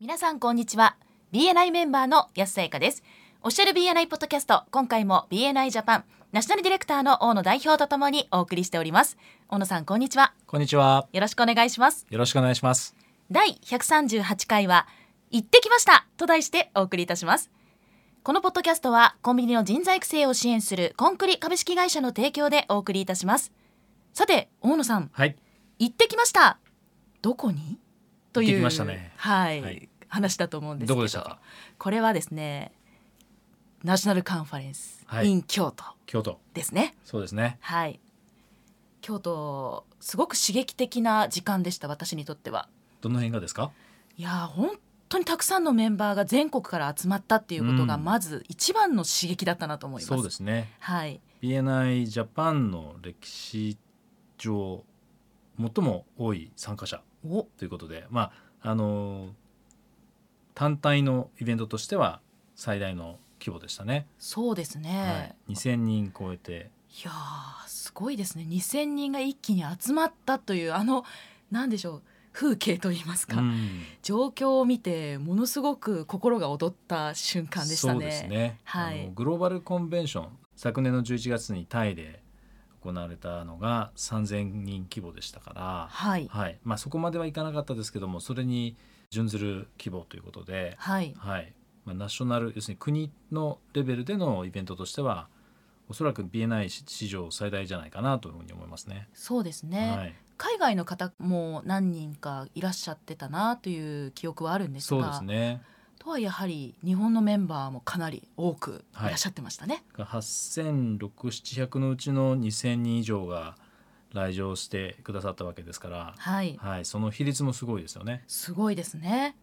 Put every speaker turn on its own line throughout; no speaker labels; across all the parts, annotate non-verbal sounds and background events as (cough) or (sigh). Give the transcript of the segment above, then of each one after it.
皆さんこんにちは BNI メンバーの安さゆかですおっしゃる BNI ポッドキャスト今回も BNI ジャパンナショナルディレクターの大野代表とともにお送りしております大野さんこんにちは
こんにちは。
よろしくお願いします
よろしくお願いします。
第138回は「行ってきました!」と題してお送りいたしますこのポッドキャストはコンビニの人材育成を支援するコンクリ株式会社の提供でお送りいたしますさて大野さん
はい。
行ってきましたどこにという
行ってきましたね
はい、
はい
話だと思うんですけ
ど
ど
こでしたか。
これはですねナショナルカンファレンス、
はい
in 京都
京都。
ですね
そうですね。
はい京都すごく刺激的な時間でした私にとっては
どの辺がですか。
いやー本当にたくさんのメンバーが全国から集まったっていうことが
うん
まず一番の刺激だったなと思います、
そうですね。
はい
BNI ジャパンの歴史上最も多い参加者
お
ということで、まああの単体のイベントとしては最大の規模でしたね。
そうですね、
はい。2000人超えて。
いやーすごいですね2,000人が一気に集まったというあのなんでしょう風景といいますか、
うん
状況を見てものすごく心が躍った瞬間でしたね。
そうですね、
はい
あのグローバルコンベンション昨年の11月にタイで行われたのが3,000人規模でしたから、
はい
はいまあ、そこまではいかなかったですけどもそれに準ずる規模ということで、
はい
はいまあ、ナショナル要するに国のレベルでのイベントとしてはおそらく BNI 史上最大じゃないかなというふうに思いますね。
そうですね、
はい、
海外の方も何人かいらっしゃってたなという記憶はあるんです
そう
が
ですね
とはやはり日本のメンバーもかなり多くいらっしゃってましたね。
8,600700のうちの2,000人以上が来場してくださったわけですから、
はい、
はい、その比率もすごいですよね。
すごいですね。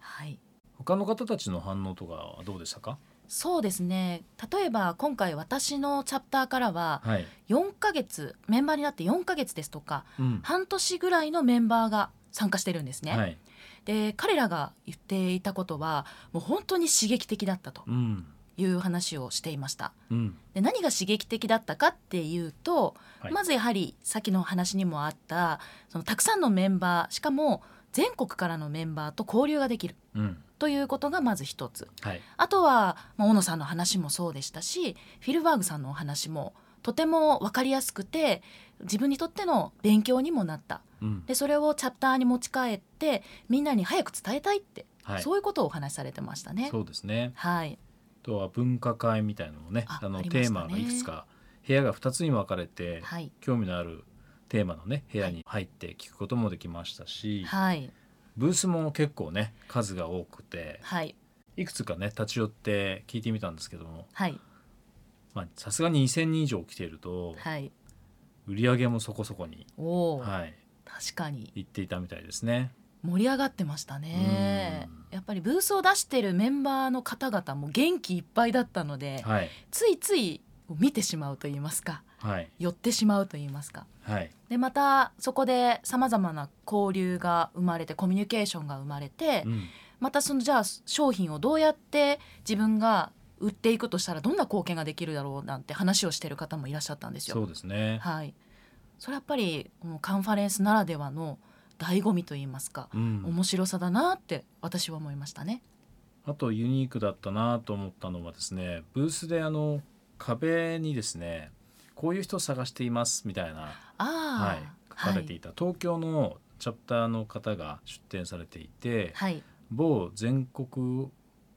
はい
他の方たちの反応とかはどうでしたか？
そうですね例えば今回私のチャプターからは
はい。
4ヶ月メンバーになって4ヶ月ですとか
うん。
半年ぐらいのメンバーが参加してるんですね。
はい。
で彼らが言っていたことはもう本当に刺激的だったと
うん。
いう話をしていました。
うん。
で何が刺激的だったかっていうと、
はい
まずやはりさっきのお話にもあったそのたくさんのメンバーしかも全国からのメンバーと交流ができる
うん。
ということがまず一つ
はい。
あとは、まあ、大野さんの話もそうでしたしフィルバーグさんのお話もとても分かりやすくて自分にとっての勉強にもなった
うん。
でそれをチャプターに持ち帰ってみんなに早く伝えたいって、
はい。
そういうことをお話しされてましたね。
そうですね。
はい、
あとは文化会みたいなのもね、
あ
あの
ありま
テ
し
ー
たね
マがいくつか部屋が2つに分かれて、
はい、
興味のあるテーマのね部屋に入って聞くこともできましたし、
はい、
ブースも結構ね数が多くて、
はい、
いくつかね立ち寄って聞いてみたんですけども、
はい、
まあさすがに2,000人以上来ていると、
はい、
売り上げもそこそこに、
おお、
はい、
確かに
行っていたみたいですね。
盛り上がってましたね
うん
やっぱりブースを出してるメンバーの方々も元気いっぱいだったので、
はい
ついつい見てしまうと言いますか
はい
寄ってしまうと言いますか
はい
でまたそこでさまざまな交流が生まれてコミュニケーションが生まれて、
うん
またそのじゃあ商品をどうやって自分が売っていくとしたらどんな貢献ができるだろうなんて話をしてる方もいらっしゃったんですよ。
そうですね。
はい、それやっぱりこのカンファレンスならではの醍醐味と言いますか、
うん、
面白さだなって私は思いましたね。
あとユニークだったなと思ったのはですねブースであの壁にですねこういう人を探していますみたいな、はい
あ、あ、
書かれていた、東京のチャプターの方が出展されていて、
はい
某全国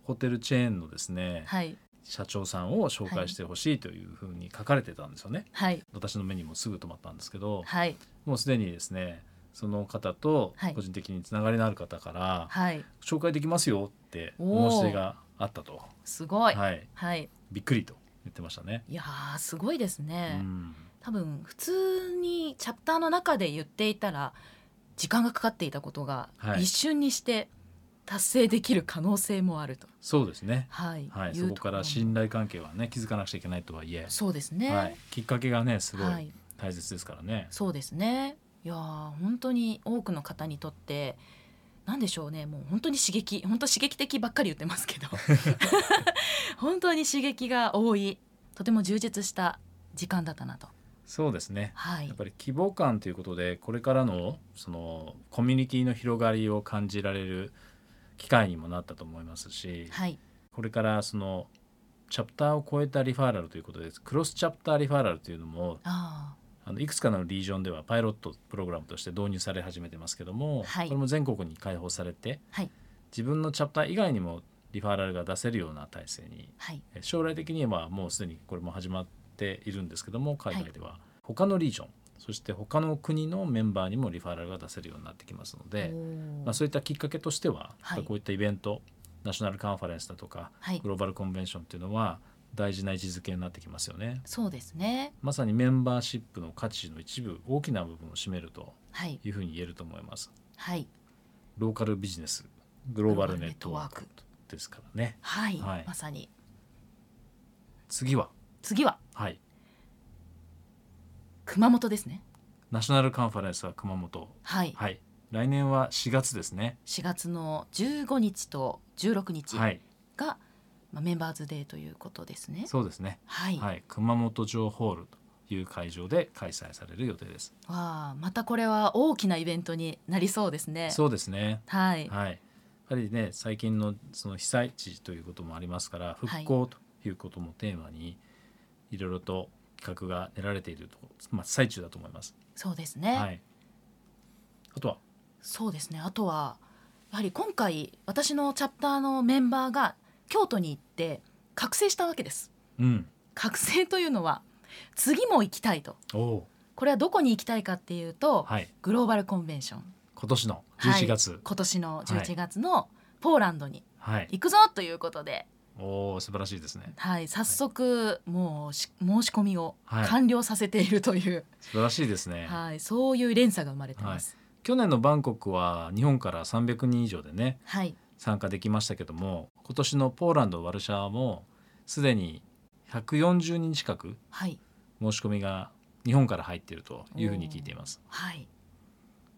ホテルチェーンのですね、
はい
社長さんを紹介してほしいというふうに書かれてたんですよね。
はい
私の目にもすぐ止まったんですけど、
はい
もうすでにですねその方と
はい
個人的につながりのある方から、
はい
紹介できますよって
おー
お申し出があったと、
すごい、はい
はい、
い、
びっくりと言ってましたね。
やーすごいです
う
ね、
ん、
多分普通にチャプターの中で言っていたら時間がかかっていたことが
はい
一瞬にして達成できる可能性もあると、
そうですね。
はい
はい、
いう
そ
と
こから
も
信頼関係はね築かなくちゃいけないとはいえ、
そうですね、
はい、きっかけがねすご
はいい
大切ですからね。
そうですねいやー本当に多くの方にとって何でしょうねもう本当に刺激本当刺激的ばっかり言ってます
(laughs)
けど (laughs) 本当に刺激が多いとても充実した時間だったなと
そうですね。
はい
やっぱり希望感ということでこれからのそのコミュニティの広がりを感じられる機会にもなったと思いますし、
はい
これからそのチャプターを超えたリファーラルということですクロスチャプターリファーラルというのも
あ
あのいくつかのリージョンではパイロットプログラムとして導入され始めてますけども、
はい
これも全国に開放されて、
はい
自分のチャプター以外にもリファーラルが出せるような体制に
ーはい
え将来的にはもうすでにこれも始まっているんですけども海外では他のリージョン、そして他の国のメンバーにもリファーラルが出せるようになってきますの
お
で、
ー
まあ、そういったきっかけとしては、
はい
こういったイベントナショナルカンファレンスだとか
はい
グローバルコンベンションっていうのは大事な位置づけになってきますよね。
そうですね
まさにメンバーシップの価値の一部大きな部分を占めると
はい
いうふうに言えると思います。
はい
ローカルビジネスグローバルネットワークですからね。
はい、
はい
まさに
次は、
次は
はい、
熊本ですね
ナショナルカンファレンスは熊本
はい、
はい、来年は4月ですね。
4月の15日と16日が、
はい、
まあ、メンバーズデーということですね
そうですね。
はい、わ
はい、熊本城ホールという会場で開催される予定です。
あまたこれは大きなイベントになりそうですね
そうですね。
はい
はい、やはりね、最近のその被災地ということもありますから、復興ということもテーマに。いろいろと企画が練られているところ、まあ、最中だと思います。
そうですね、
はい。あとは、
そうですねあとはやはり今回私のチャプターのメンバーが京都に行って覚醒したわけです
うん、
覚醒というのは次も行きたいと
おお、
これはどこに行きたいかっていうと、
はい、
グローバルコンベンション
今年の
はい
11月。
今年の
はい
11月のポーランドに
はい、
行くぞということで、
おお、素晴らしいですね。
はい、早速もうし申し込みを
はい
完了させているという、
素晴らしいですね。
はい、そういう連鎖が生まれてます。
去年のバンコクは日本から300人以上でね
はい、
参加できましたけども今年のポーランド・ワルシャワもすでに140人近く
はい、
申し込みが日本から入っているというふうに聞いています
はい、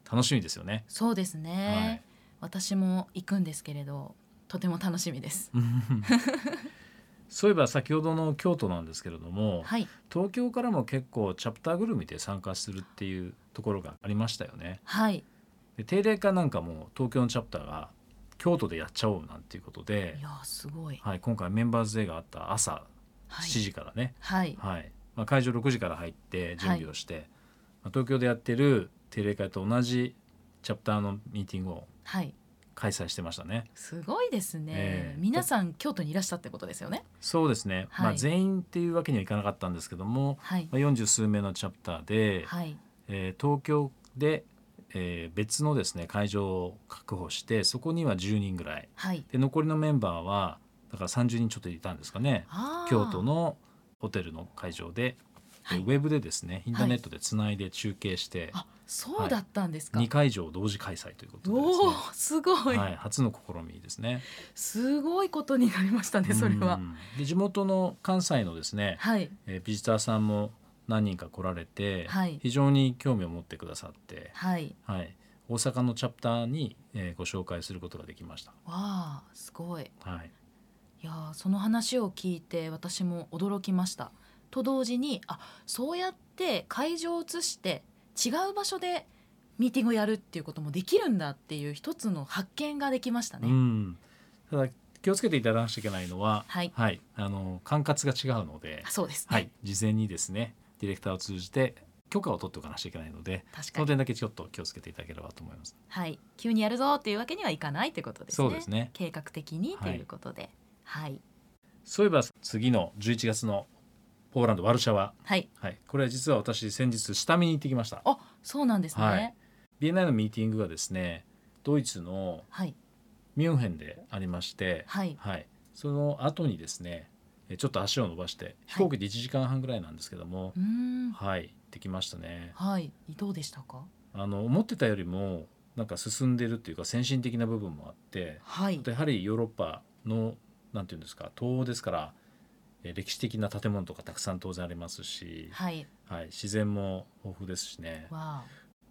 楽しみですよね
そうですね、私も行くんですけれど、とても楽しみです。
はいそういえば先ほどの京都なんですけれども、
はい、
東京からも結構チャプターぐるみで参加するっていうところがありましたよね
はい、
で定例会なんかも東京のチャプターが京都でやっちゃおうなんていうことで
いやーすごい、
はい、今回メンバーズデーがあった朝
はい、
7時からね、
はい、
はいまあ、会場6時から入って準備をして、まあ東京でやってる定例会と同じチャプターのミーティングを
はい、
開催してましたね。
すごいですね、
ええ
皆さん京都にいらしたってことですよね。
そうですね、
はい
まあ、全員っていうわけにはいかなかったんですけども、
はい、
まあ、40数名のチャプターで、
はい、
えー東京で、えー別のですね会場を確保してそこには10人ぐらい
はい、
で残りのメンバーはだから30人ちょっといたんですかね。
あー
京都のホテルの会場で、
はい
えウェブでですねインターネットでつないで中継して、
あ、そうだったんですか。
2会場同時開催ということで
おおーすご
すね
い、
はい、初の試みですね。
すごいことになりましたねそれ
う
は。
んで地元の関西のですね、
はい
えービジターさんも何人か来られて、
はい
非常に興味を持ってくださって、
はい
はい、大阪のチャプターに、えーご紹介することができました。
わあすごい。
はい、
いやーその話を聞いて私も驚きました。と同時にあそうやって会場を移して違う場所でミーティングをやるっていうこともできるんだっていう一つの発見ができました
う
ね。
んただ気をつけていただかなきゃいけないのは、
はい
はい、あの管轄が違うので
あ、そうですね、
はい、事前にですねディレクターを通じて許可を取っておかなきゃいけないので
確
そ
か
の
に、
点だけちょっと気をつけていただければと思います。
はい、急にやるぞっていうわけにはいかないってことですね。
そうですね
計画的にと
はい
いうことで、はい、
そういえば次の11月のポーランドワルシャワ、
はい、
はい、これは実は私先日下見に行ってきました。
あそうなんですね。
はい BNI のミーティングがですねドイツの
はい
ミュンヘンでありまして、
はい
はい、その後にですねえちょっと足を伸ばして飛行機で1時間半ぐらいなんですけども
う、ーん
はい、行ってきましたね。
はいどうでしたか
あの思ってたよりもなんか進んでるっていうか先進的な部分もあって、
はい
やはりヨーロッパのなんていうんですか東欧ですからえー歴史的な建物とかたくさん当然ありますし、
はい
はい、自然も豊富ですしね
わ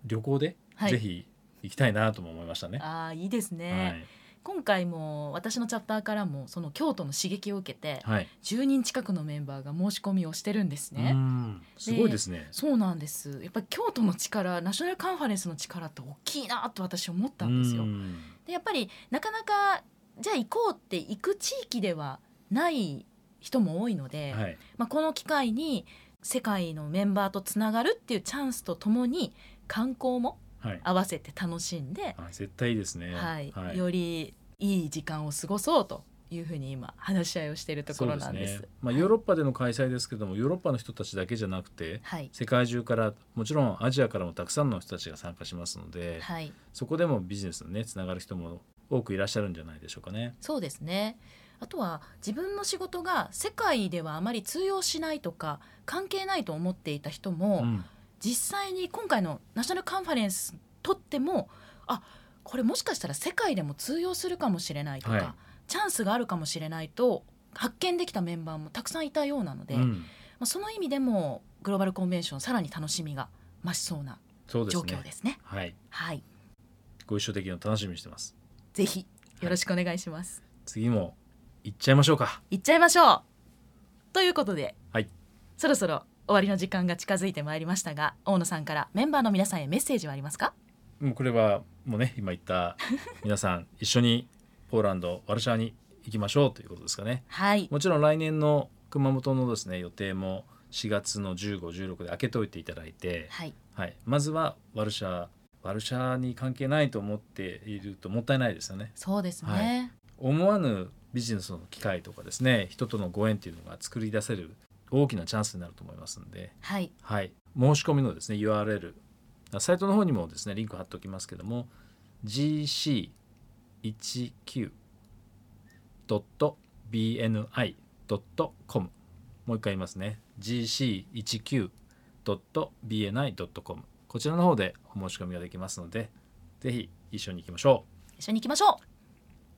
旅行で
はい
ぜひ行きたいなとも思いましたね。
ああーいいです
は
ね、
い
今回も私のチャプターからもその京都の刺激を受けて
はい。
10人近くのメンバーが申し込みをしてるんですね。
うんすごいですね。
そうなんですやっぱり京都の力ナショナルカンファレンスの力って大きいなと私思ったんですよ
う。ん
でやっぱりなかなかじゃあ行こうって行く地域ではない人も多いので、
はい。
まあ、この機会に世界のメンバーとつながるっていうチャンスとともに観光も
はい。
合わせて楽しんで、
あ、絶対いいですね。
はい
はい。
よりいい時間を過ごそうというふうに今話し合いをしているところなんです。
そうね。まあヨーロッパでの開催ですけども、ヨーロッパの人たちだけじゃなくて、
はい、
世界中からもちろんアジアからもたくさんの人たちが参加しますので、
はい
そこでもビジネスのねつながる人も多くいらっしゃるんじゃないでしょうかね。
そうですねあとは自分の仕事が世界ではあまり通用しないとか関係ないと思っていた人も、
うん
実際に今回のナショナルカンファレンスとってもあこれもしかしたら世界でも通用するかもしれないとか、
はい
チャンスがあるかもしれないと発見できたメンバーもたくさんいたようなので、
う
ま
ん、
あ、その意味でもグローバルコンベンションさらに楽しみが増しそうな
そうです
状
ね。
況ですね。
はい。
はい、
ご一緒できるの楽しみにしてます。
ぜひよろしくお願いします。
次も行っちゃいましょうか。
行っちゃいましょうということで、
はい
そろそろ終わりの時間が近づいてまいりましたが大野さんからメンバーの皆さんへメッセージはありますか
もうこれはもうね今言った皆さん一緒にポーランドワルシャワに行きましょうということですかね。
はい
もちろん来年の熊本のですね予定も4月の15、16で開けといていただいて、
はい
はい、まずはワルシャワルシャワに関係ないと思っているともったいないですよね。
そうですね、
は思わぬビジネスの機会とかですね人とのご縁っていうのが作り出せる大きなチャンスになると思いますので、
はい、
はい、申し込みのですね URL サイトの方にもですねリンク貼っておきますけども gc19.bni.com もう一回言いますね gc19.bni.com こちらの方でお申し込みができますのでぜひ一緒に行きましょ
一緒に行きましょう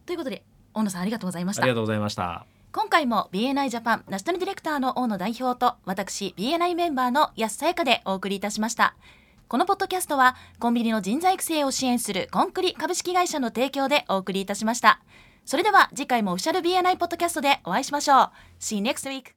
ということで大野さんありがとうございまし
うありが
た
とうございました
今回も BNI ジャパンナショナルディレクターの大野代表と私 BNI メンバーの安さやかでお送りいたしましたこのポッドキャストはコンビニの人材育成を支援するコンクリ株式会社の提供でお送りいたしましたそれでは次回もオフィシャル BNI ポッドキャストでお会いしましょう See you next week